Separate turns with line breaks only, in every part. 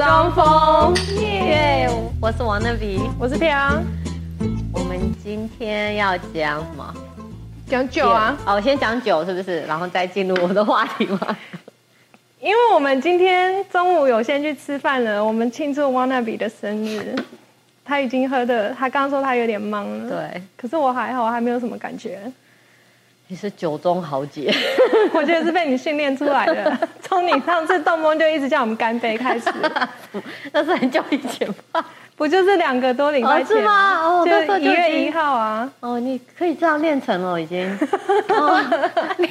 汪峰，
耶！我是王那比，
我是飘，
我们今天要讲什么？
讲酒啊，
哦，我先讲酒是不是？然后再进入我的话题 吗？
因为我们今天中午有先去吃饭了，我们庆祝汪娜比的生日。他已经喝的，他刚刚说他有点懵了，，
对，
可是我还好，还没有什么感觉，
你是酒中豪杰，
我觉得是被你训练出来的。从你上次动不动就一直叫我们干杯开始，
那是很久以前吧？不
不就是两个多礼拜
哦
前
是吗哦那时候
就
就
一
已经
月一号啊。
哦，你可以这样练成了，已经。 哦、你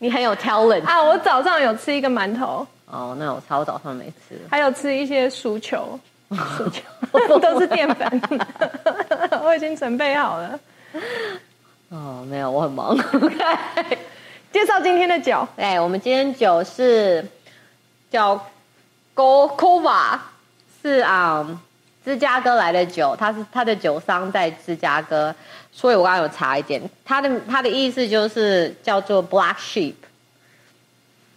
你很有 talent。
啊，我早上有吃一个馒头，
哦，那我超早上没吃。
还有吃一些薯球，薯球都是淀粉， 我已经准备好了。
哦，没有，我很忙。
介绍今天的酒，
对，我们今天酒是叫 Go Cova，是啊、嗯芝加哥来的酒，它是它的酒商在芝加哥，所以我刚刚有查一点，它的它的意思就是叫做 Black Sheep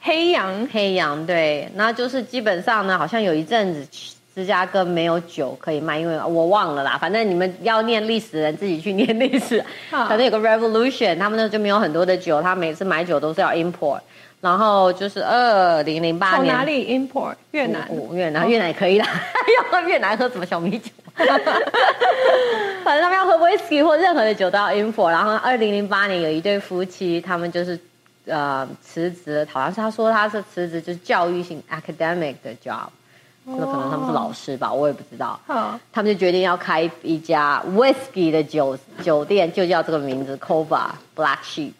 黑羊
黑羊，对，那就是基本上呢，好像有一阵子芝加哥没有酒可以卖，因为我忘了啦，反正你们要念历史的人自己去念历史，
好
反正有个 Revolution，他们那就没有很多的酒，他每次买酒都是要 import。然后就是二零零八
从
年，
哪里 import？越南。哦
哦越南，越南也可以啦。 要喝越南喝什么小米酒？ 反正他们要喝 whisky 或任何的酒都要 import。然后二零零八年有一对夫妻，他们就是呃辞职，好像是他说他是辞职，就是教育性 academic 的 job，那可能他们是老师吧，我也不知道。
好，
他们就决定要开一家 whisky 的酒酒店，就叫这个名字 Cova Black Sheep。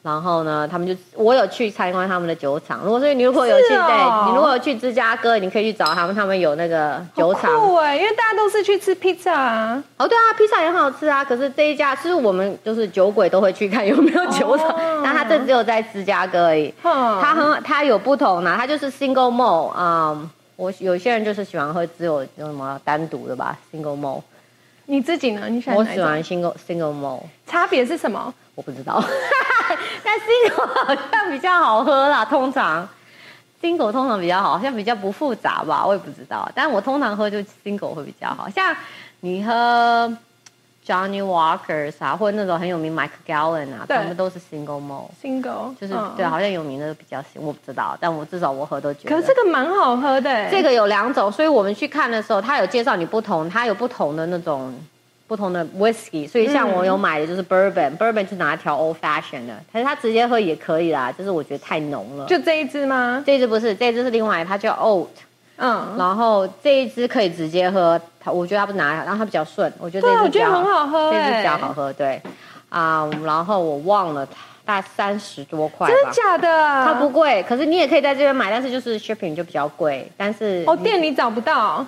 然后呢，他们就我有去参观他们的酒厂。如果所以你如果有去，
是哦
对你如果有去芝加哥，你可以去找他们，他们有那个酒厂。
好酷哎，因为大家都是去吃披萨啊，
哦，对啊，披萨也很好吃啊。可是这一家是我们就是酒鬼都会去看有 没有酒厂，
哦
但它这只有在芝加哥而已。
哼，
它很它有不同啦，它就是 single malt 嗯，我有些人就是喜欢喝只有有什么单独的吧，single malt。
你自己呢？你喜
我
欢哪一
喜
种？
欢 single single malt，
差别是什么？
我不知道， 但 single 好像比较好喝啦，通常 single 通常比较好，好像比较不复杂吧，我也不知道。但我通常喝就 single 会比较好，像你喝 Johnny Walkers 啊，或者那种很有名 Michael Gallen 啊，
对
他们都是 single malt，
single
就是、
嗯
对，啊好像有名的比较行，我不知道，但我至少我喝都觉得。
可是这个蛮好喝的哎，
这个有两种，所以我们去看的时候，它有介绍你不同，它有不同的那种不同的 whisky。所以像我有买的就是 bourbon，bourbon、就拿一条 old fashion 的，但是它直接喝也可以啦，就是我觉得太浓了。
就这一支吗？
这一支不是，这一支是另外，它叫 old，
嗯，
哦然后这一支可以直接喝，它我觉得它不拿，然后它比较顺，我觉得
对啊，
这
我
一支
觉
比
得
较
很好喝
这一支
哎，
比较好，喝，对，啊、然后我忘了，大概三十多块吧，
真的假的？
它不贵，可是你也可以在这边买，但是就是 shipping 就比较贵，但是
哦，
你
店里找不到，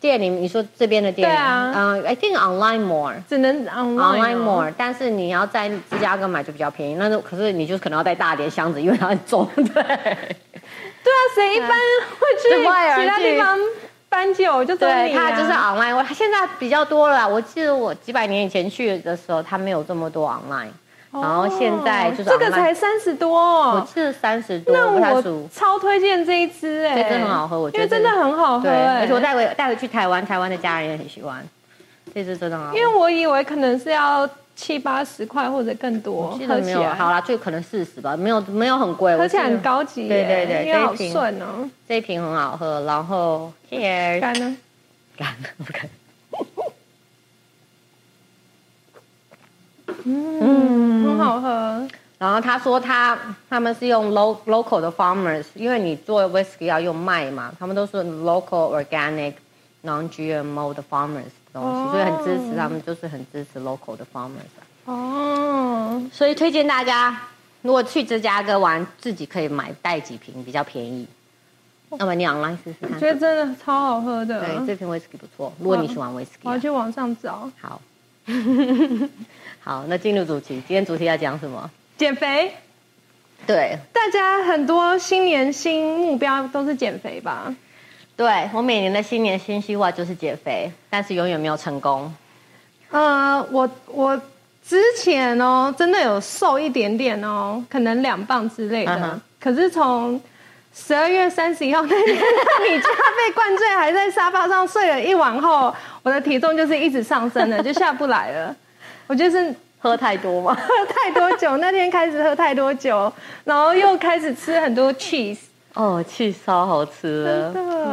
店里，你说这边的店里，
对啊
嗯、i think online more。
只能 online 哦
Online more，但是你要在芝加哥买就比较便宜，那就可是你就可能要带大点箱子， 因为它很重，对。
对啊，谁一般会去
对外人
其他地方搬酒？就只有
对，
你啊
它就是 online，它现在比较多了啦。啊我记得我几百年以前去的时候，它没有这么多 online，、
哦
然后现在就是 online,
这个才三十多
我
哦。
记得三十多，
那
不太熟
我。超推荐这一支哎，
这支很好喝我觉得
因为真的很好喝
对，
哎，
而且我带回带回去台湾，台湾的家人也很喜欢，这支真的好喝。
因为我以为可能是要七八十块或者更多，
我记得
喝
没
起
有，
来
好啦，最可能四十吧，没有没有很贵，
喝起来
我记
啊很
得
高级耶，欸
对对对
因为好
这一瓶
顺哦。
这一瓶很好喝，然后 cheers，
干呢？
干不干？
嗯，很好喝。
然后他说他他们是用 lo local 的 farmers，因为你做 whisky 要用麦嘛，他们都是 local organic non GMO 的 farmers 的东西，
哦
所以很支持他们，就是很支持 local 的 farmers 啊。
哦，
所以推荐大家，如果去芝加哥玩，自己可以买带几瓶，比较便宜。要么你 online 试试看。
觉得真的超好喝的。
对，这瓶啊 whisky 不错，如果你喜欢 whisky
我
啊、
要去网上找
好， 好，那进入主题，今天主题要讲什么？
减肥。
对，
大家很多新年新目标都是减肥吧？
对我每年的新年新希望就是减肥，但是永远没有成功。
呃，我我之前哦，真的有瘦一点点哦，可能两磅之类的。
嗯哼
可是从十二月三十一号那天，你家被灌醉，还在沙发上睡了一晚后，我的体重就是一直上升 的，就下不来了。我就是
喝太多吗？
喝太多酒，那天开始喝太多酒，然后又开始吃很多 cheese，
哦，气烧好吃啊
真
了。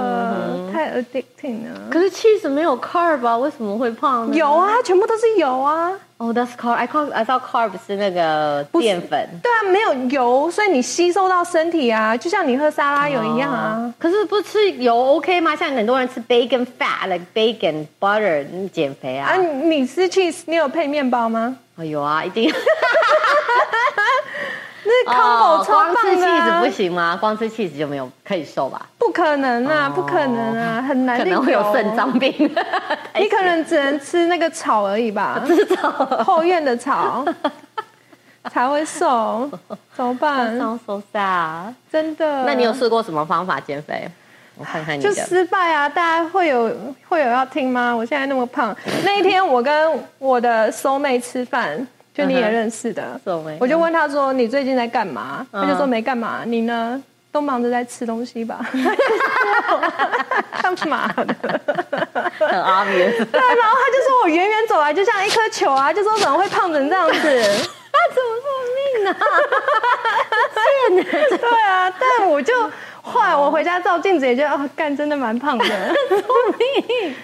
的太 addicting 了。
可是 cheese 没有 carb 啊，为什么会胖呢？
有啊，全部都是油啊。
哦、t h a t s carb。I thought I thought carb 是那个
不是
淀粉，
对啊，没有油，所以你吸收到身体啊，就像你喝沙拉油一样啊
哦。可是不吃油 OK 吗？像很多人吃 bacon fat，like bacon butter 嗯减肥啊。
啊，你你吃 cheese，你有配面包吗？
哦，有啊，一定。
那 combo
哦
超
光吃
棒的、啊
cheese 不行吗？光吃 cheese 就没有可以瘦吧？
不可能啊，
哦
不可能啊，很难
可能会有肾，脏病。
你可能只能吃那个草而已吧，
知道。
后院 的草才会瘦，怎么办？
Sounds so sad。
真的？
那你有试过什么方法减肥？我看看你
就
的。
失败啊？大家会有会有要听吗？我现在那么胖，
嗯
那一天我跟我的 soul 妹吃饭，就你也
嗯哼
认识的，
soul mate，
我就问她说你最近在干嘛？
嗯
她就说没干嘛，你呢？都忙着在吃东 西吧， 干嘛的？
很 obvious。
对，然后他就说我远远走来就像一颗球啊，就说怎么会胖成这 样子？啊对啊，但我就后来我回家照镜子，也觉得哦，干真的蛮 胖的，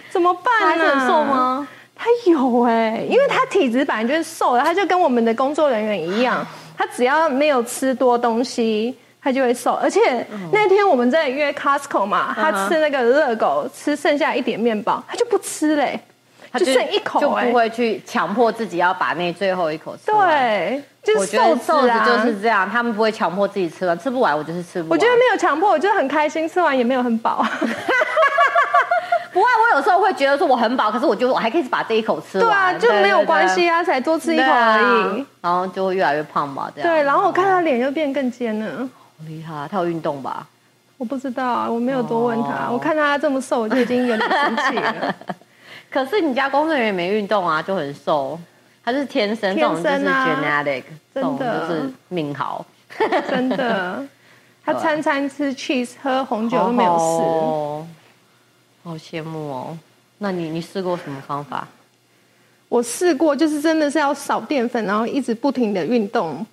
怎么
他
办
还
呢、
是很瘦？吗？
他有哎、因为他体质本来就是瘦的，他就跟我们的工作人员一 样，他只要没有吃多东西。他就会瘦，而且那天我们在约 Costco 嘛，他
哦嗯哼
吃那个热狗，吃剩下一点面包，他就不吃嘞、
他
就剩一口
就
哎、
不会去强迫自己要把那最后一口吃完。
对，就是
我觉得瘦
瘦子
子
啊，
就是这样，他们不会强迫自己吃完，吃不完我就是吃不完。
我觉得没有强迫，我就很开心，吃完也没有很 饱。
不会，我有时候会觉得说我很饱，可是我觉得我还可以把这一口吃完。
对啊，就没有关系
啊，
啊，才多吃一
对
口
啊
而已。。
然后就会越来越胖吧，这样。
对，然后我看他脸就变更尖了，
好厉害，他有运动吧？
我不知道啊，我没有多问他。
哦
我看他这么瘦，我就已经有点生气 了。
可是你家工作人员没运动啊，就很瘦，他就是天生，这种就是
天生啊
genetic，这种
真的
就是命好。
真的，他餐餐吃 cheese，喝红酒
好
都没有事。
哦，好羡慕哦。那你你试过什么方法？
我试过，就是真的是要少淀粉，然后一直不停的运动，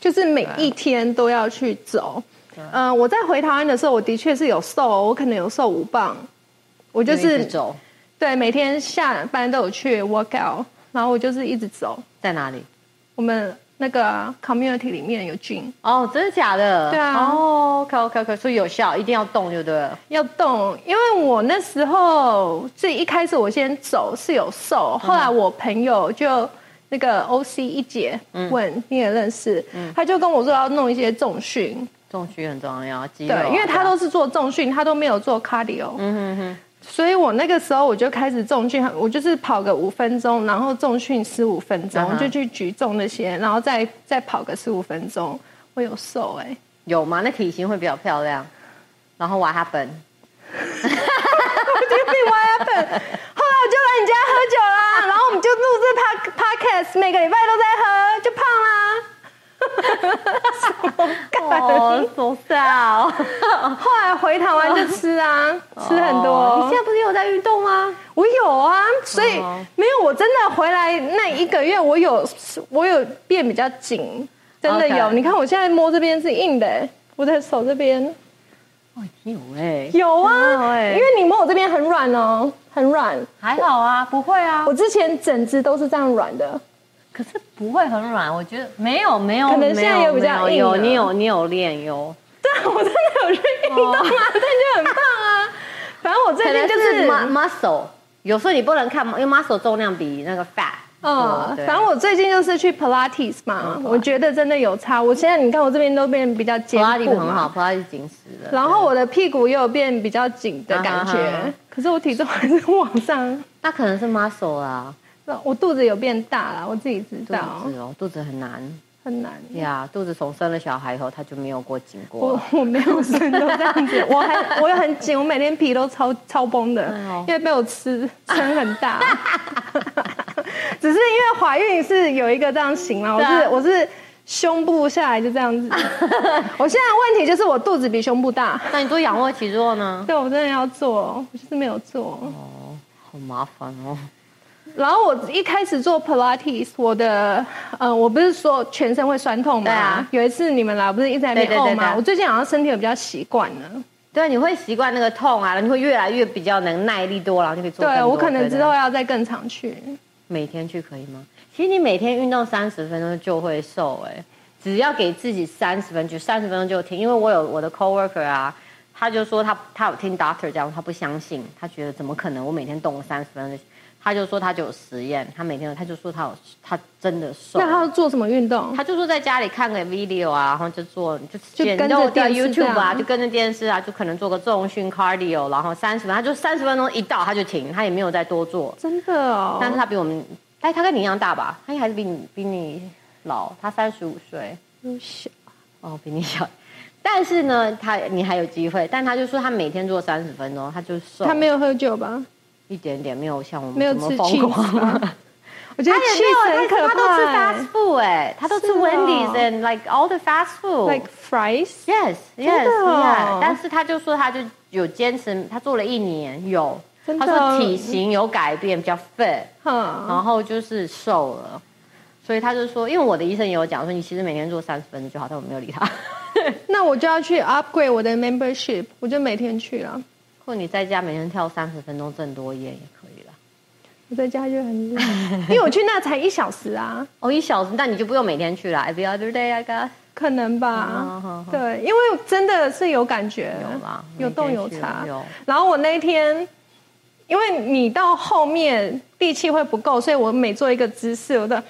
就是每一天都要去走。嗯，我在回台湾的时候，我的确是有瘦哦，我可能有瘦五磅，我就
一直
是
走
对每天下班都有去 work out，然后我就是一直走。
在哪里？
我们那个啊 community 里面有 gym，
哦，真的假的？
对啊
哦，OK OK OK，所以有效，一定要动就对了。
要动，因为我那时候最一开始我先走是有瘦，
嗯
后来我朋友就那个 OC 一姐
嗯
问、你也认识，他就跟我说要弄一些重训，
重训很重要，肌肉
对
啊、，
因为他
对啊
都是做重训，他都没有做 cardio，
嗯哼哼，
所以我那个时候我就开始重训，我就是跑个五分钟，然后重训十五分钟
嗯哼
就去举重那些，然后再再跑个十五分钟，我有瘦哎、
有吗？那体型会比较漂亮，然后娃哈本。
Happy What Happened。后来我就来你家喝酒啦，然后我们就录制 pod podcast，每个礼拜都在喝，就胖啦。啊
哦，so sad
后来回台湾就吃啊， 吃很
哦你
多
现。在不是有在运动吗？
我有啊，所以
哦
没有我真的回来那一个月，我有我有变比较紧，真的有。
OK
你看我现在摸这边是硬的、我的手这边
哦，有哎、
有
有
啊，
欸
因为你摸我这边很软哦，很软。
还好啊，不会啊
我，之前整只都是这样软的，
可是不会很软，我觉得没有没有，
可能现在
没
有比较
没
硬
有
了
你有你有练有，
对， 我真的有去运动啊，但就很棒啊。反正我最
哦可
近
能
就
就是是嗯 mu-，muscle，有时候你不能看，因为 muscle 重量比那个 fat
嗯
多。，哦对
反正我最近就是去 Pilates 嘛，
嗯
我觉得真的有差。我现在你看我这边都变比较
普
肩
拉蒂
部
很好，
嘛，
普拉蒂紧实的。
然后我的屁股也有变比较紧的感
啊哈哈
觉，可是我体重还是往上。
那可能是 muscle 啦，
我肚子有变大啦，我自己知
肚
道，
子哦，肚子很难
很难。
呀。肚子从生了小孩以后，它就没有过紧过
我
了。
我没有生都这样子，我还我也很紧，我每天皮都超超崩的
哎呦，
因为被我吃撑很大。 只是因为怀孕是有一个这样型嘛，我
对啊
是我是胸部下来就这 样子。我现在问题就是我肚子比胸部大，
那你做仰卧起坐呢？
对我真的要做，我就是没有做。
哦好麻烦哦。
然后我一开始做 Pilates，我的呃，我不是说全身会酸痛吗？
对啊
有一次你们来，我不是一直在那
对
边
对对
哦吗？
对
我最近好像身体有比较习惯了。
对，你会习惯那个痛啊，你会越来越比较能耐力多，然后就可以做更
对，
多。
我可能
对
之后要再更常去。
每天去可以吗？其实你每天运动三十分钟就会瘦哎、只要给自己三十分钟，三十分钟就停。因为我有我的 coworker 啊，他就说他他有听 doctor 讲，他不相信，他觉得怎么可能？我每天动了三十分钟，他就说他就有实验，他每天有他就说他有他真的瘦。
那他要做什么运动？
他就说在家里看个 video 啊，然后就做就
就
简
跟着
肉掉
电视这
YouTube 啊，
样
就跟着电视啊，就可能做个重训 cardio，然后三十分，他就三十分钟一到他就停，他也没有再多做。
真的哦，
但是他比我们，哎，他跟你一样大吧？他还是比你比你老，他三十五岁，
有小
哦，比你小。但是呢，他你还有机会，但他就说他每天做三十分钟，他就瘦，
他没有喝酒吧？
一点点，没有像我们
没有
这么
吃
疯
cheese
狂。
吧我觉得
也
气
没有啊
很可
他都吃
怕
fast
欸。
food 哎、他都吃
是哦
Wendy's and like all the fast food。
Like fries，
Yes,
真
yes,
的哦
yeah. 但是他就说，他就有坚持，他做了一年，有。
真
他
的啊
说体型有改变，比较 fit，
哈，
然后就是瘦了。所以他就说，因为我的医生也有讲说，你其实每天做三十分钟就好，但我没有理他。
那我就要去 upgrade 我的 membership，我就每天去了。
或者你在家每天跳三十分钟郑多燕也可以了。
我在家就很 累，因为我去那才一小时啊，
哦，一小时，那你就不用每天去了，every other day I guess。
可能
嗯
吧
哼。哼
对，因为真的是有感觉，
有啦
有动
每
有
天去
差
有。
然后我那天，因为你到后面力气会不够，所以我每做一个姿势，我的。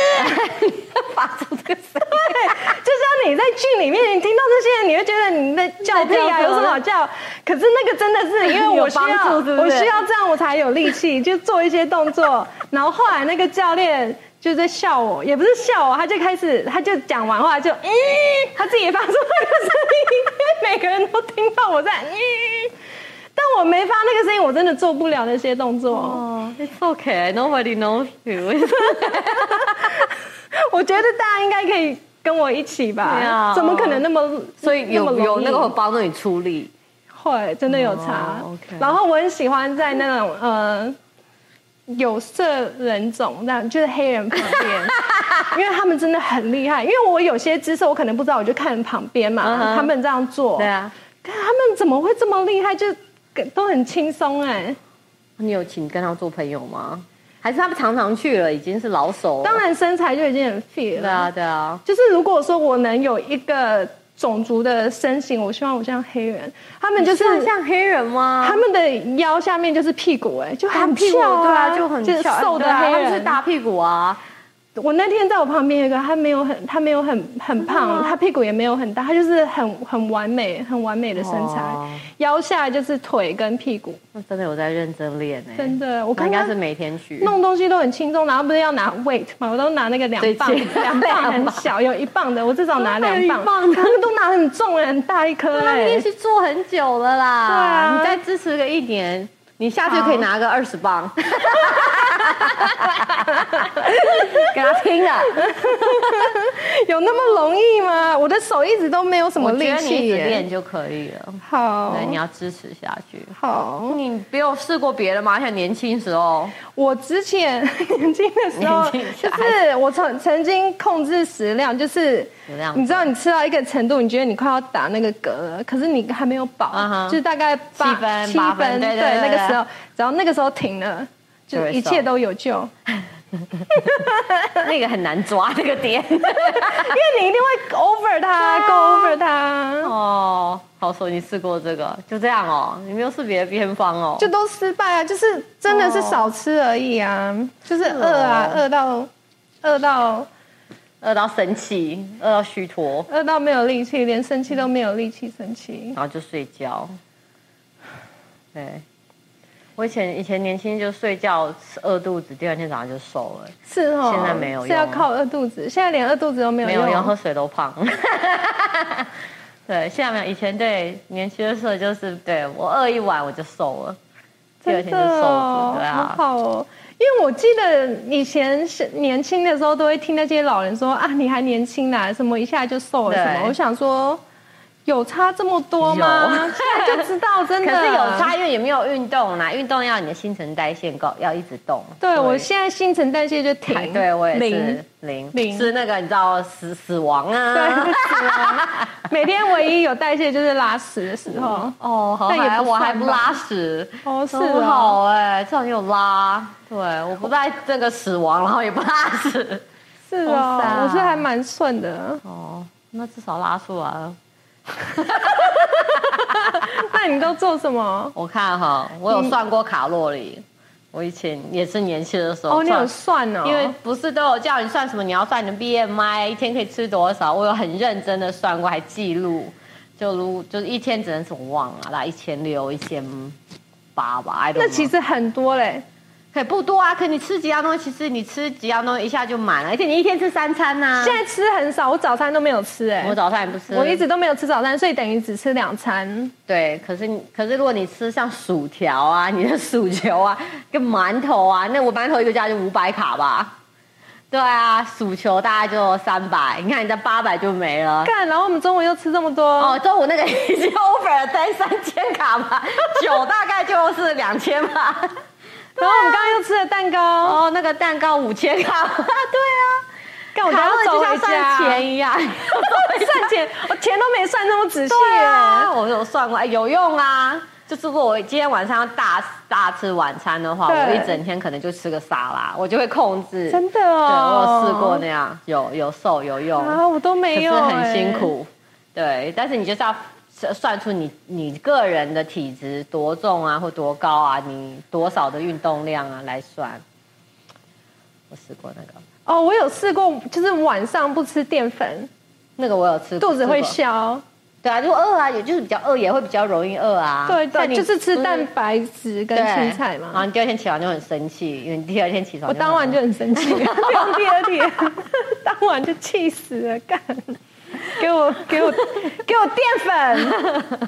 发出这个 声音，
对， 就是要你在剧里面，你听到这些，你会觉得你在叫屁啊，
在叫什么
有什么好叫？可是那个真的是因为我需
有
要，
帮助是不
我
是
需要这样我才有力气，就做一些动作。然后后来那个教练就在笑我，也不是笑我，他就开始，他就讲完话就，嗯，他自己也发出那个声音，因为每个人都听到我在嗯。但我没发那个声音，我真的做不了那些动作。
哦，It's okay, nobody knows you 。
我觉得大家应该可以跟我一起吧？
对啊
怎么可能那么？
所以
那么
有
容易
有那个会帮助你出力。
会，真的有差。
哦，OK
然后我很喜欢在那种呃有色人种，那就是黑人旁 边，因为他们真的很厉害。因为我有些姿势我可能不知道，我就看旁边嘛
嗯哼
他们这样做，
对，啊，
看他们怎么会这么厉害，就都很轻松哎、
你有请跟他做朋友吗？还是他们常常去了，已经是老手了？
当然身材就已经很 fit
哦对
了。
啊，对啊，
就是如果说我能有一个种族的身形，我希望我像黑人，他们就是
像像黑人吗？
他们的腰下面就是屁股、哎，就很
屁股
翘
对啊啊，就很
就是
翘
瘦
对
的
啊
黑
他们
人
是。大屁股啊。
我那天在我旁边有一个，他没有很，他没有很很
哦
胖，他屁股也没有很大，他就是很很完美、很完美的身材
哇，
腰下就是腿跟屁股，
那真的有在认真练呢、
真的，我
哦那
看
应该
他
是每天去。
弄东西都很轻松，然后不是要拿 weight 嘛，我都拿那个两
对
磅，
对
两磅很小，有一磅的，我至少拿两
哪有一磅
磅，
的
他们都拿很重，很大一颗
那你
哎
一，起做很久了啦。
对啊
你再支持个一年，你下次就可以拿个二十磅， 给他拼了。
有那么容易吗？我的手一直都没有什么
我
力
觉得你
气
一直
耶，
练就可以了。
好
对，，你要支持下去。
好。
你没有试过别的吗？像年轻时候，
我之前 年轻的时候，
年轻
就
的
是我曾曾经控制食量，就是
食量
你知道你吃到一个程度，你觉得你快要打那个嗝了，可是你还没有饱
嗯哼
就是大概八
七分
七
八分
分，
对对
对，
对
那个
对
时候，只要那个时候停了，
就
就
会
一切
瘦
都有救，
那个很难抓那个 点。
因为你一定会 over 它
对啊
，go over 它，
哦，好说你试过这个，就这样哦，你没有试别的偏方哦。
就都失败啊，就是真的是
哦
少吃而已啊，就是饿啊，
哦
饿到饿到
饿到生气，饿到虚脱，
饿到没有力气，连生气都没有力气生气，
然后就睡觉。对，我以前以前年轻就睡觉饿肚子，第二天早上就瘦了，
是哦，
现在没有用
是要靠饿肚子，现在连饿肚子都没有
没
用。
有用喝水都胖。 对，现在没有。以前对年轻的时候就是对我饿一碗我就瘦了，第二天
真的
就瘦了，
哦，
对啊。
好好哦。因因为我记得以前是年轻的时候，都会听那些老人说啊，你还年轻呐、什么一下就瘦了
对
什么。我想说，有差这么多吗
有？
现在就知道，真
可
的啊
是有差，因为也没有运动啦，运动要你的新陈代谢够，要一直动。
对我现在新陈代谢就
哎
停，
对我也是
零，
零
零
是那个你知道死死亡啊？
对，死亡啊每天唯一有代谢就是拉屎的时候。
哦，好
但也
还
不
我还
算
不
吧
拉屎，
哦是
很
哦
好哎，至少你有拉。对，我不在这个死亡，然后也不拉屎。
是
哇
哦
塞，
我是还蛮顺的。
哦，那至少拉出来了。
那你都做什么？
我看哈，我有算过卡路里，我以前也是年轻的时候
哦，你有
算
算哦，
因为不是都有叫你算什么？你要算你的 BMI，一天可以吃多少？我有很认真的算过，还记录。就如就是一天只能怎么忘啊？啦，一千六、一千八吧。I don't
那
know
其实很多嘞。
也不多啊。可你吃几样东西，其实你吃几样东西一下就满了，而且你一天吃三餐呐、
现在吃很少，我早餐都没有吃哎
啊我，早餐也不吃，
我一直都没有吃早餐，所以等于只吃两餐。
对。可是你可是如果你吃像薯条啊，你的薯球啊，跟馒头啊，那我馒头一个家就五百卡吧。对啊，薯球大概就三百，你看你这八百就没了。
干，然后我们中午又吃这么多，
哦，中午那个已经 over 了，单三千卡吧， 酒大概就是两千吧。
然后我们刚刚又吃了蛋糕，
哦，那个蛋糕五千 卡，对啊，
干，我
卡
要
路里
走
就
回
像算
家。
钱一 样。
算钱，我钱都没算那么仔细
对
耶。
啊，我有算过，哎有用啊。就是如果我今天晚上要大大吃晚餐的话，
对
我一整天可能就吃个沙拉，我就会控制。
真的
对，我
哦，
有试过那样，有有瘦有用。
啊，我都没有，欸
可是很辛。苦，对。但是你就是要算算出你你个人的体质多重啊，或多高啊，你多少的运动量啊来算。我试过那个，
哦，我有试过，就是晚上不吃淀粉，
那个我有吃，
肚子会
吃过。
消。
对啊，如果饿啊，也就是比较饿，也会比较容易饿啊。
对
像
对，
你
就是吃蛋
不
白质跟
对
青菜
然后
嘛。
你第二天起床就很生气，因为你第二天起床
我
很
当晚就很 生气，不用第二天， 当晚就气死了，干！给 我给我给我淀粉，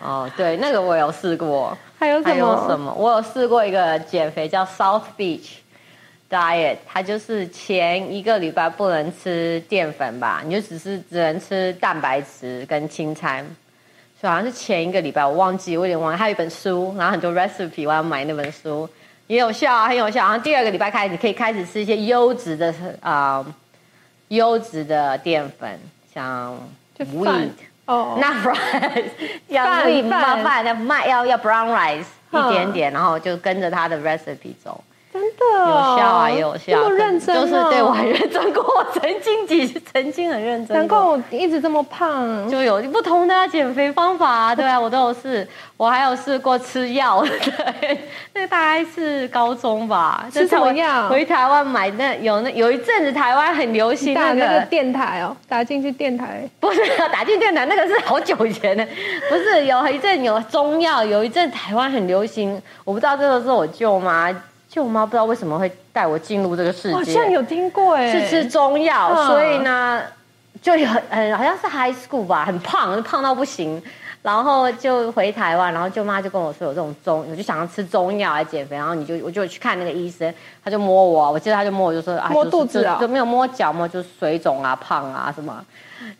哦，对，那个我有试过。
还有什么？
还有什么？我有试过一个减肥叫 South Beach Diet，它就是前一个礼拜不能吃淀粉吧，你就只是只能吃蛋白质跟青菜。所以好像是前一个礼拜，我忘记，我有点忘了。还有一本书，然后很多 recipe，我要买那本书，也有效啊，很有效。然后第二个礼拜开始，你可以开始吃一些优质的啊、呃优质的淀粉，像
就饭
wheat。
哦，
那 rice 要
饭
wheat
饭
饭饭要麦要要 brown rice
嗯
一点点，然后就跟着他的 recipe 走，
真的
有
哦
效啊，也有效，
这么认真哦，
就是对我很认真过，我曾经几曾经很认真
难怪
过。
我一直这么胖。
就有不同的减肥方法、啊，对啊，我都有试，我还有试过吃药， 对，那大概是高中吧，
吃什么
就
药
台湾回台湾买那有那有一阵子台湾很流行那
打那
个
个电台哦，打进去电台，
不是啊打进电台，那个是好久以前的， 不是有一阵有中药，有一阵台湾很流行，我不知道这个是我舅妈，舅妈不知道为什么会带我进入这个世
好像
界，
有听过哎，
是吃中药，
嗯
所以呢就很很好像是 high school 吧，很胖，胖到不行。然后就回台湾，然后舅妈就跟我说有这种中，我就想要吃中药来减肥，然后你就我就去看那个医生，他就摸我，我记得他就摸我就说啊，
摸
就是
肚子啊
就就没有摸脚，摸就是水肿啊、胖啊什么，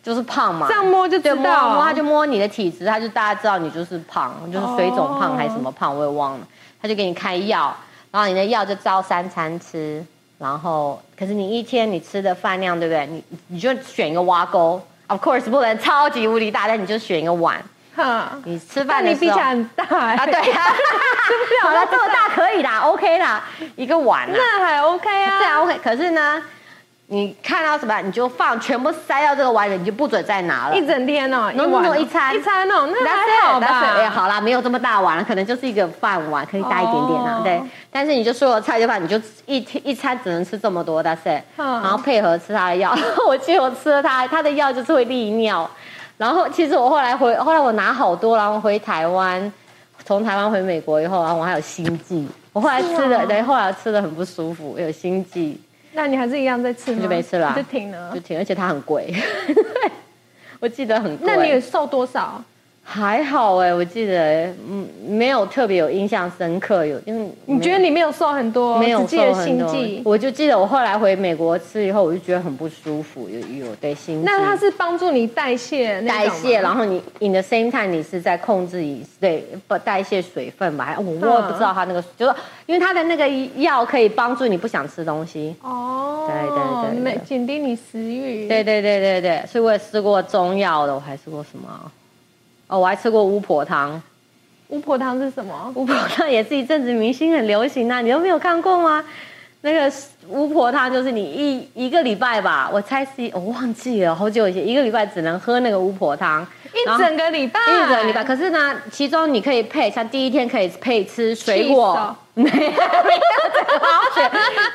就是胖嘛。
这样摸就知
对，
道，
摸摸他就摸你的体质，他就大家知道你就是胖，就是水肿
哦
胖还是什么胖，我也忘了。他就给你开药，然后你的药就照三餐吃，然后可是你一天你吃的饭量对不对？你你就选一个挖沟，of course 不能超级无敌大，但你就选一个碗，
哈，
你吃饭
但
的
你
时候
比起来很大
啊，
哎，
对啊， 好了，这么大可以啦，OK 啦，一个碗啦。
那还 OK 啊，
对啊，OK。可是呢，你看到什么你就放，全部塞到这个碗里，你就不准再拿了。
一整天哦，
No,
一
no,
碗
no，
哦
一餐
一餐哦，那
那
还好
哎、
吧？
好啦，没有这么大碗，可能就是一个饭碗，可以大一点点啦。
哦
对，但是你就所有菜的话，你就一天一餐只能吃这么多，但是、
嗯
然后配合吃他的药。 我记得我吃了他他的药就是会利尿，然后其实我后来回后来我拿好多，然后回台湾，从台湾回美国以后，然后我还有心悸，我后来吃
是
的，
哦
对，后来吃的很不舒服，有心悸。
那你还是一样在吃吗？
就没吃啦
就停了
就。挺，而且它很贵，我记得很贵。
那你也瘦多少？
还好哎、我记得嗯没有特别有印象深刻，有因为
你觉得你没有瘦很多，
没有
只记得
瘦很
心
多
悸。
我就记得我后来回美国吃以后，我就觉得很不舒服，有有对心悸。
那它是帮助你代谢那
代
种吗
谢，然后你 in the same time 你是在控制饮对不代谢水分吧？还我我也不知道它那个，就是因为它的那个药可以帮助你不想吃东西。
哦，
对对对对
没减低你食欲。
对对对对对，所以我也吃过中药的，我还吃过什么啊？哦，我还吃过巫婆汤，
巫婆汤是什么？
巫婆汤也是一阵子明星很流行啊，你都没有看过吗？那个巫婆汤就是你一一个礼拜吧，我猜是我忘记了，好久以前一个礼拜只能喝那个巫婆汤，
一整个礼拜，
一整礼拜。可是呢，其中你可以配，像第一天可以配吃水果， 没有没有这个好选。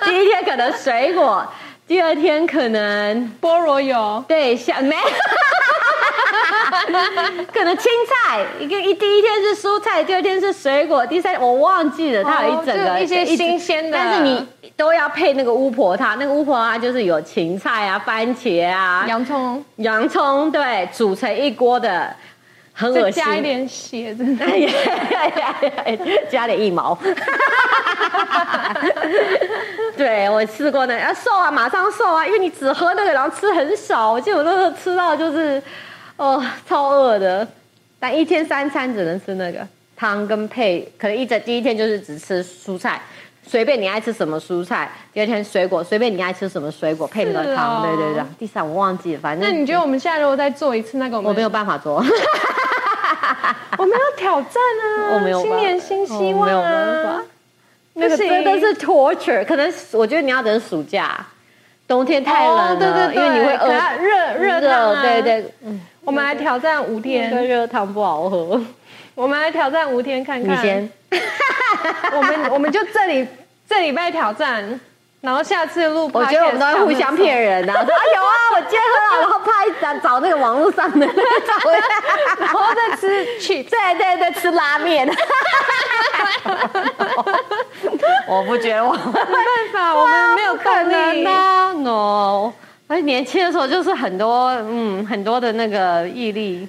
第一天可能水果，第二天可能
菠萝油，
对，像没， 可能青菜，一个一第一天是蔬菜，第二天是水果，第三我忘记了，它有一整
哦
个、
就一些新鲜的
但是你都要配那个巫婆汤，那个巫婆汤就是有芹菜啊、番茄啊、洋
洋葱，
洋葱，对，煮成一锅的，很恶心。
再加一点血，真的。
哎呀呀哎呀呀加点一 毛。对，我吃过那啊瘦啊，马上瘦啊，因为你只喝那个，然后吃很少。我记得我那时候吃到就是，哦，超饿的，但一天三餐只能吃那个汤跟配，可能一整第一天就是只吃蔬菜。随便你爱吃什么蔬菜，第二天水果，随便你爱吃什么水果配那个汤，
是哦
对对对。第三我忘记了，反正
那你觉得我们现在如果再做一次那个，我
我
们
没有办法做。
我们要挑战啊！
我没有办
新
法
年新希
我
望
没有办
啊
法！那个
不行
真的是 torture，可能是我觉得你要等暑假，冬天太冷了，
哦对对对，
因为你会
可要
饿，
热热汤啊！
对，嗯对，嗯
我们来挑战五
那个
天，
热汤不好喝。
我们来挑战五天看
你
看。
先，
我们我们就这里这礼拜挑战，然后下次录 podcast
我
上的
觉
时
得
候。
我们都会互相骗人 呐、啊，说啊有啊，我今天喝了，然后拍找找那个网络上的那种，然
然后再吃哦 去。
对对对，吃拉面。 我不觉得我
没办法，我们没有
不可
动
能
力。
啊，no。而且年轻的时候就是很多嗯很多的那个毅力，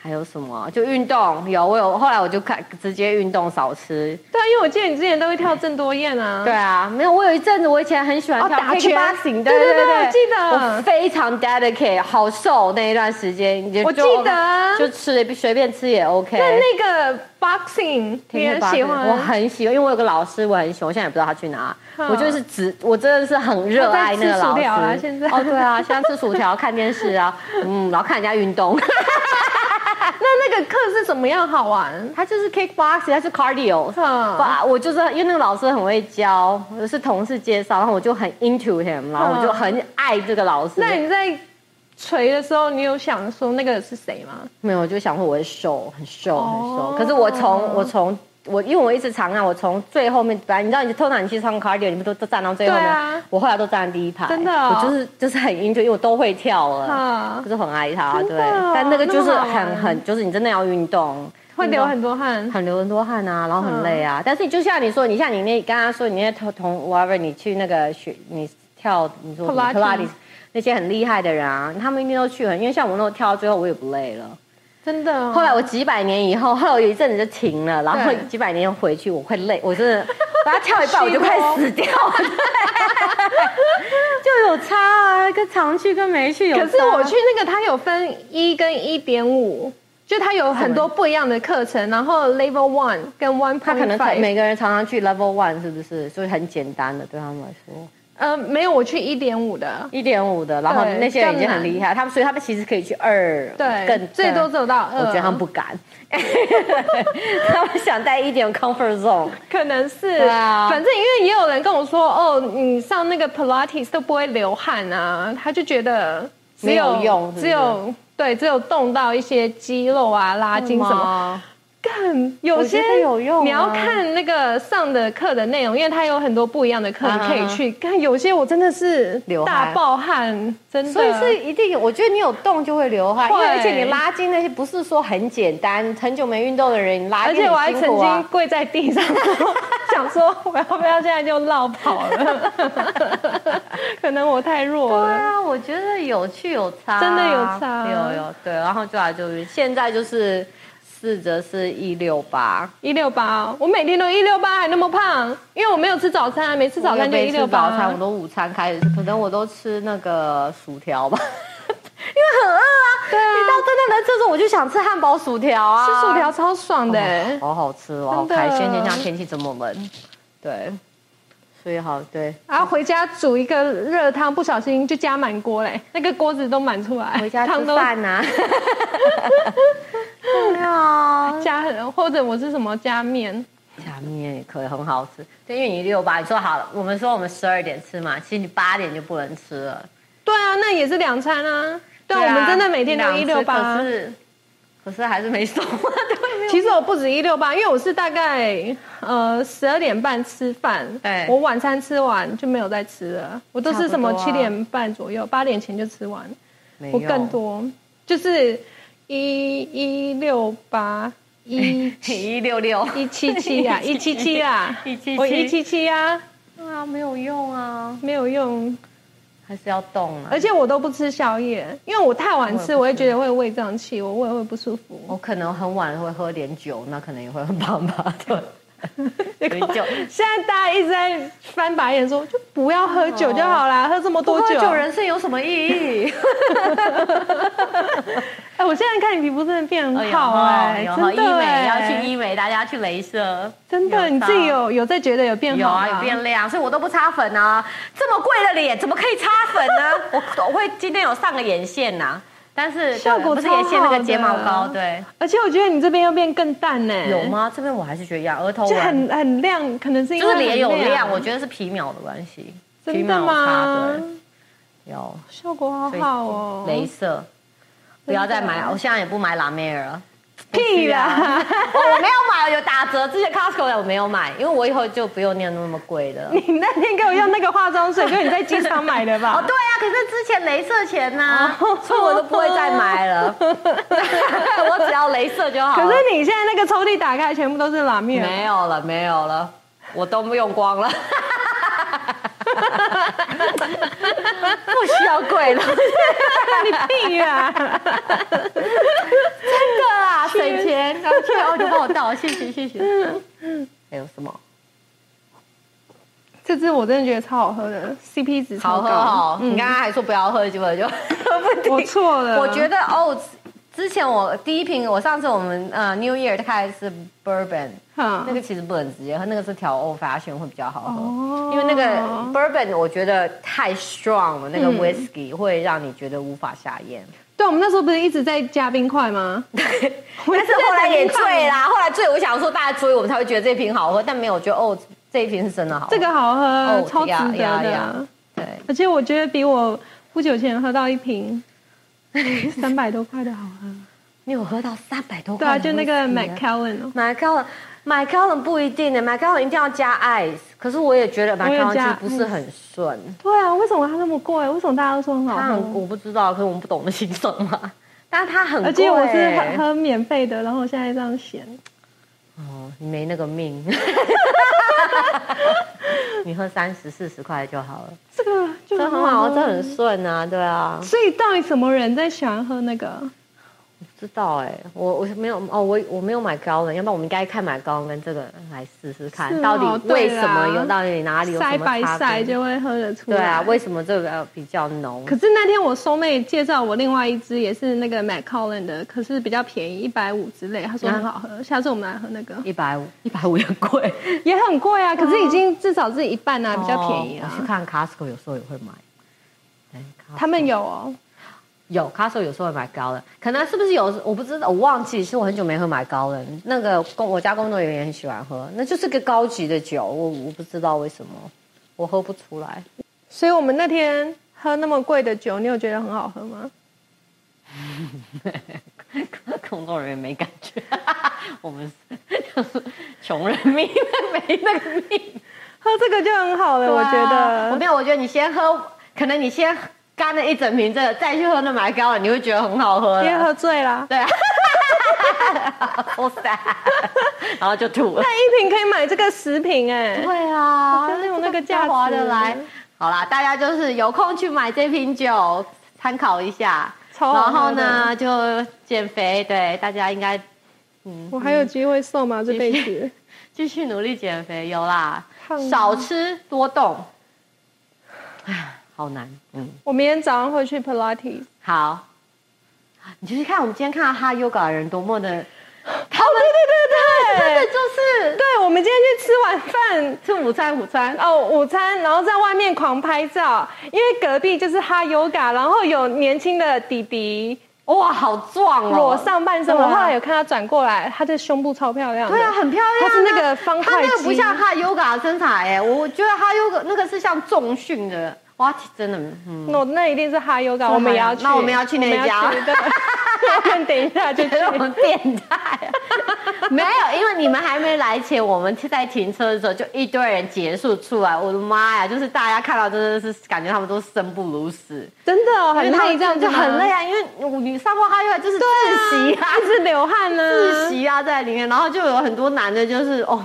还有什么就运动有我有后来我就看直接运动少吃。
对啊，因为我记得你之前都会跳郑多燕啊。
对啊，没有我有一阵子我以前很喜欢
哦
跳
打拳
kickboxing，
对
对
对对
对，
我记得
我非常 dedicate，好瘦那一段时间，就
我记得啊
就吃的随便吃也 OK。
那那个 boxing 你很喜欢？
我很喜欢，因为我有个老师，我很喜欢，我现在也不知道他去哪。
嗯
我就是只，我真的是很热爱那个老
他在吃薯
师。
条啊现在
哦，对啊，现在吃薯条、 看电视啊，嗯，然后看人家运动。
那那个课是怎么样好玩？
他就是 kickboxing，他是 cardio。
嗯
哇，我就是因为那个老师很会教，我是同事介绍，然后我就很 into him，然后我就很爱这个老师。
嗯那你在锤的时候，你有想说那个是谁吗？
没有，我就想说我会瘦，很瘦，很瘦。
哦
可是我从我从我，因为我一直常按，我从最后面，本来你知道，你通常你去唱 cardio，你们都都站到最后面，
对啊
我后来都站第一排，
真的哦
我就是就是很 into，因为我都会跳了，
啊
就是很爱它，
真
对
的哦。
但那个就是
那么好玩
很很，就是你真的要运动，
会
运
流
动
很多汗。
很流很多汗啊，然后很累啊。但是你就像你说，你像你那刚刚说你那同同 whatever，你去那个学你跳你说什么
Pilates
Pilates 那些很厉害的人啊，他们一定都去很，因为像我那种跳到最后我也不累了。
真的哦、
后来我几百年以后，后来 我有一阵子就停了，然后
对
几百年后回去，我会累，我真 的，把它跳一半我就快死掉了， 就有差啊，跟常去跟没去有差。啊
可是我去那个，它有分一跟一点五，就它有很多不一样的课程，然后 Level One 跟 One
他可
Point
能常
Five。
每个人常常去 level one 是不是？所以很简单的对他们来说，
呃，没有，我去一点五的，
一点五的，然后
对
那些人已经很厉害，他们所以他们其实可以去二，
对，
更
最多只有到
我
二。
觉得他们不敢， 他们想在一点 comfort zone。
可能是，
对啊
反正因为也有人跟我说，哦，你上那个 Pilates 都不会流汗啊，他就觉得只
没有用是不是
只有对，只有动到一些肌肉啊、拉筋什么。
么？
干，有些
我觉得有用啊
你要看那个上的课的内容，因为它有很多不一样的课，
啊
你
哈
可以去看。有些我真的是
流汗
大爆汗，真的。啊
所以是一定有，我觉得你有动就会流汗，因为
会
而且你拉筋那些不是说很简单，很久没运动的人你拉
而
筋、
且我还
很
曾
辛苦
经
啊。
跪在地上， 想说我要不要现在就落跑了？ 可能我太弱
对
了。
啊，我觉得有趣有差，啊
真的有差啊
有有对，然后主要就是现在就是四则是一六八，
一六八，我每天都一六八，还那么胖，因为我没有吃早餐啊，每次早餐就
我又
一
没
六
吃早
八。啊
餐，我都午餐开始吃，可能我都吃那个薯条吧， 因为很饿啊。
对啊
你到真的能吃住，我就想吃汉堡、薯条啊，
吃薯条超爽的、欸
哦，好好吃哦，好
真的
开心！今天天气这么冷，对，所以好对，
然后回家煮一个热汤，不小心就加满锅嘞，那个锅子都满出来，
回家
汤
吃
都
饭呐、啊。对 啊，
加很，或者我是什么加面，
下面也可以很好吃。对，因为你六八，你说好了，我们说我们十二点吃嘛，其实你八点就不能吃了。
对啊，那也是两餐啊。对啊，我们真的每天都
两
一
次
六八
可。是可是还是没瘦啊，对。
其实我不止一六八，因为我是大概呃十二点半吃饭，
对
我晚餐吃完就没有再吃了，我都是什么
差不多
七
啊
点半左右、八点前就吃完，
没
我
有
更多，就是一一六八一
一六六，
一七七啊，一七七啊
177
我一七七啊，
啊，没有用啊，
没有用，
还是要动啊。
而且我都不吃宵夜，因为我太晚吃，我
我也不吃
会觉得会胃胀气，我胃会不舒服。
我可能很晚会喝点酒，那可能也会很胖吧，对。所以就
现在大家一直在翻白眼说，就不要喝酒就好啦，喝这么
哦不
多
喝
酒，
酒人生有什么意义？
哎、我现在看你皮肤真的变很好
哈
哎、
有哈
真
医
的
美
哎、
要去医美，大家去镭射，
真的，你
到
自己有有在觉得有变
有
好吗
啊，有变亮，所以我都不擦粉啊。这么贵的脸，怎么可以擦粉呢？ 我我会今天有上个眼线呐、但是
效果
不是
超
眼线那
好
个
的
睫毛膏，对，
而且我觉得你这边又变更淡呢、哎
有？吗？这边我还是觉得一样，额头
就
纹
很很亮，可能是因
就
为
是脸有
很
亮，我觉得是皮秒的关系，皮
真
秒
的
有擦
吗
对？，有，
效果好
所以
好哦，
镭射。不要再买，我现在也不买拉梅尔了。
屁啊 啦！
我啊哦我没有买，有打折。之前 Costco 的我没有买，因为我以后就不用念那么贵的。
你那天给我用那个化妆 水，就是你在机场买的
啊哦，
吧？
对啊，可是之前镭射钱呐、哦所以我都不会再买 了。我只要镭射就好
可
了。
是你现在那个抽屉打开，全部都是拉面，
啊没有了，没有了，我都用光了。 不需要贵了，
你屁啊啦！
真的 啊，省钱，然后去哦，你帮我倒，谢谢谢谢。还有什么？
这支我真的觉得超好喝的，CP 值
好
超
喝
高。
哦！
嗯
你刚刚还说不要喝，结果就喝不 停。
我错了，
我觉得哦，之前我第一瓶，我上次我们呃 New Year 开的是 Bourbon，、
嗯
那个其实不能直接喝，那个是调 Old Fashion 会比较好喝，
哦
因为那个 Bourbon 我觉得太 strong 了，那
嗯
个 Whisky 会让你觉得无法下咽。
对，我们那时候不是一直在加冰块吗？
哦但是后来也醉啦，后来醉，我想说大家追我们才会觉得这瓶好喝，但没有觉得哦，这一瓶是真的好喝。
这个好喝，
哦
超值
呀
得
呀
的
呀对，
而且我觉得比我不久前喝到 一瓶三百多块的好喝。
你欸有喝到三百多
对
块的
啊，
whisky 呢？
就那个 McAllen 哦，
麦高冷，麦高冷不一定的，麦高冷一定要加 ice。可是我也觉得麦高冷其实不
嗯
是很顺，
对啊，为什么它那么贵？为什么大家都说很
它
好
很
喝？
我不知道，可是我们不懂得欣赏嘛。 但它很贵，
而且我是喝喝免费的，然后我现在这样咸，
哦，你没那个命， 你喝三十四十块就好了，
这个就
这很好，这很顺啊，对啊。
所以到底什么人在喜欢喝那个？
知道哎、我我没有哦，我我没有买高冷，要不然我们应该看买高冷跟这个来试试看，
是哦
到底为什么
对
有，
啦
到底哪里有
塞
什
白
么差
塞
别？
就会喝得出来。
对啊，为什么这个比较浓？
可是那天我收妹介绍我另外一支也是那个 McAllen 的，可是比较便宜，一百五之类，她说很好喝，下次我们来喝那个，
一百五，一百五也贵，
也很贵啊，可是已经至少是一半 啊，比较便宜
哦我去
啊。
看 Costco 有时候也会买，哎，Costco
他们有哦，
有 Costco 有时候会买高冷，可能是不是有我不知道，我忘记，是我很久没喝买高冷。那个工我家工作人员也很喜欢喝，那就是个高级的酒，我我不知道为什么我喝不出来。
所以我们那天喝那么贵的酒，你有觉得很好喝吗？
工作人员没感觉，我们是穷人命，没那个命。
喝这个就很好了，我觉
我
得。
啊没有，我觉得你先喝，可能你先干了一整瓶这个，再去喝那买高冷，你会觉得很好喝了。
因为喝醉啦，
对啊，好 sad，然后就吐了。
但一瓶可以买这个十瓶哎、
对啊
真的有那个价值
这划得来。好啦，大家就是有空去买这瓶酒，参考一下。
哦超好
然
喝
后
的
呢，就减肥，对大家应该
我还有机会瘦吗？这辈子
继续努力减肥，有啦
胖吗，
少吃多动。唉，好难，嗯，
我明天早上会去 Pilates。
好，你就是看我们今天看到哈 yoga 的人多么的，他们对对对对，真的就是
对，我们今天去吃晚饭。
吃午餐午餐，
哦，午餐，然后在外面狂拍照，因为隔壁就是哈 yoga，然后有年轻的弟弟
哇，好壮哦，
裸上半身，我
对啊
后来有看他转过来，他的胸部超漂亮的，
对啊，很漂亮啊。
他是那个方
他
块肌，
那个不像哈 yoga 的身材 哎，我觉得哈 yoga 那个是像重训的，哇，真的， 嗯，
那那一定是哈 yoga，我们也要去，
那我们要去那
我们
家
去对我们等一下就去
觉。得我们变态。 没有，因为你们还没来前，我们在停车的时候就一堆人结束出来，我的妈呀！就是大家看到真的是感觉他们都生不如死，
真的哦，很
因为他
累，
们
这样
就很累
啊，
啊，因为你上过哈 yoga 就是窒息啊，
一直流汗呢、
自习啊在里面，然后就有很多男的，就是哦。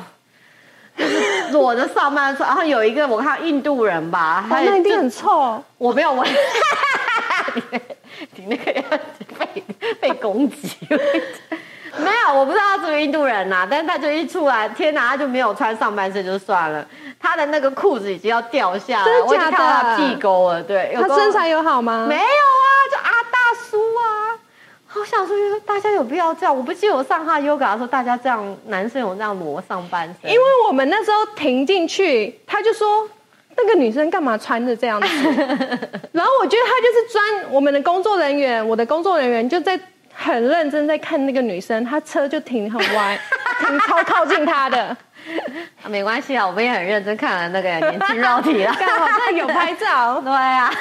就是裸着上半身，然后有一个我看印度人吧，
哇
他
那一
就
定很臭。
我没有 闻，你那个样子被被攻击，没有，我不知道他是不是印度人呐、啊但是他就一出来，天哪，他就没有穿上半身就算了，他的那个裤子已经要掉下来，
真的
我已经
假的
看到他屁沟了，对，有
他
够
身材有好吗？
没有啊，就阿大叔啊。好想说，大家有必要这样？我不记得我上哈 yoga 的时候，大家这样，男生有这样裸上半身。
因为我们那时候停进去，他就说那个女生干嘛穿着这样子？ 然后我觉得他就是专我们的工作人员，我的工作人员就在很认真在看那个女生，她车就停很 歪，停超靠近她的，
啊没关系啊，我们也很认真看了那个年轻肉体 啦。
干好像有拍 照。
对啊，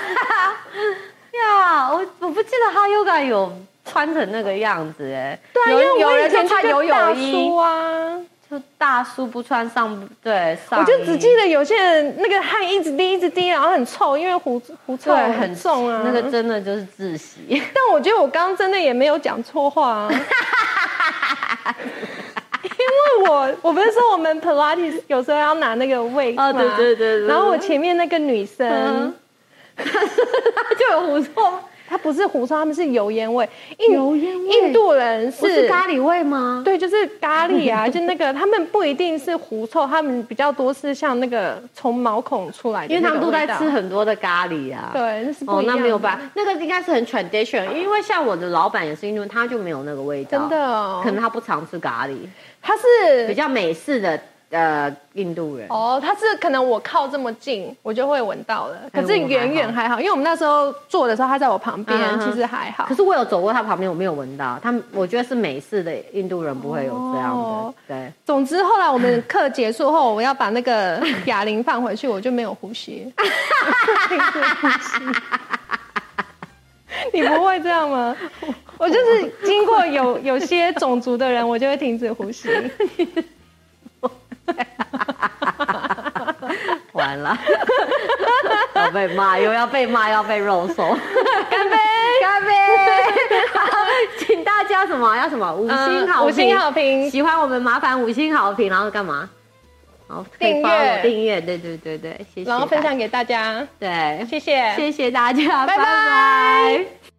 呀，我我不记得哈 yoga 有穿成那个样子哎。
对啊，因
有
为
有
我以
人
前
就穿
就
游
跟大
泳衣
叔，啊，
就大叔不穿上对上衣。
我就只记得有些人那个汗一直滴一直滴，然后很臭，因为狐狐臭
对很
很重啊。
那个真的就是窒息。
但我觉得我刚刚真的也没有讲错话、 啊，因为我我不是说我们 Pilates 有时候要拿那个位置
啊对对对对
然后我前面那个女生，
嗯，就有狐臭。
她不是狐臭，她们是油烟味。印
油烟味
印度人
不
是
是咖喱味吗？
对，就是咖喱啊， 就那个他们不一定是狐臭，他们比较多是像那个从毛孔出来
因
的
为
那
他
个味
们
道，
都在吃很多的咖喱啊。
对，那是不
哦
一，
那
样的
没有办法，那个应该是很 tradition，因为像我的老板也是印度人，他就没有那个味道，
真的哦
可能他不常吃咖喱，
他是
比较美式的呃印度人。
哦，它是可能我靠这么近，我就会闻到了。
哎
可是
我还
远远
好
还好，因为我们那时候做的时候，他在我旁边，
嗯哼
其实还好
可。是我有走过他旁边，我没有闻到。他们我觉得是美式的印度人不会有这样的，
哦
对。
总之，后来我们课结束后，我要把那 个哑铃放回去，我就没有呼 吸。你不会这样吗？我就是经过有有些种族的人，我就会停止呼吸。
完了， 要被骂，又要被骂，又要被肉搜。干杯， 干杯！好，请大家什么啊要什么五星好评，
嗯五星好评
喜欢我们麻烦五星好评，然后干嘛？好，可以
订阅
follow，订阅，对对对对，谢谢。
然后分，享给大家，
对，
谢谢，
谢谢大家，拜
拜
拜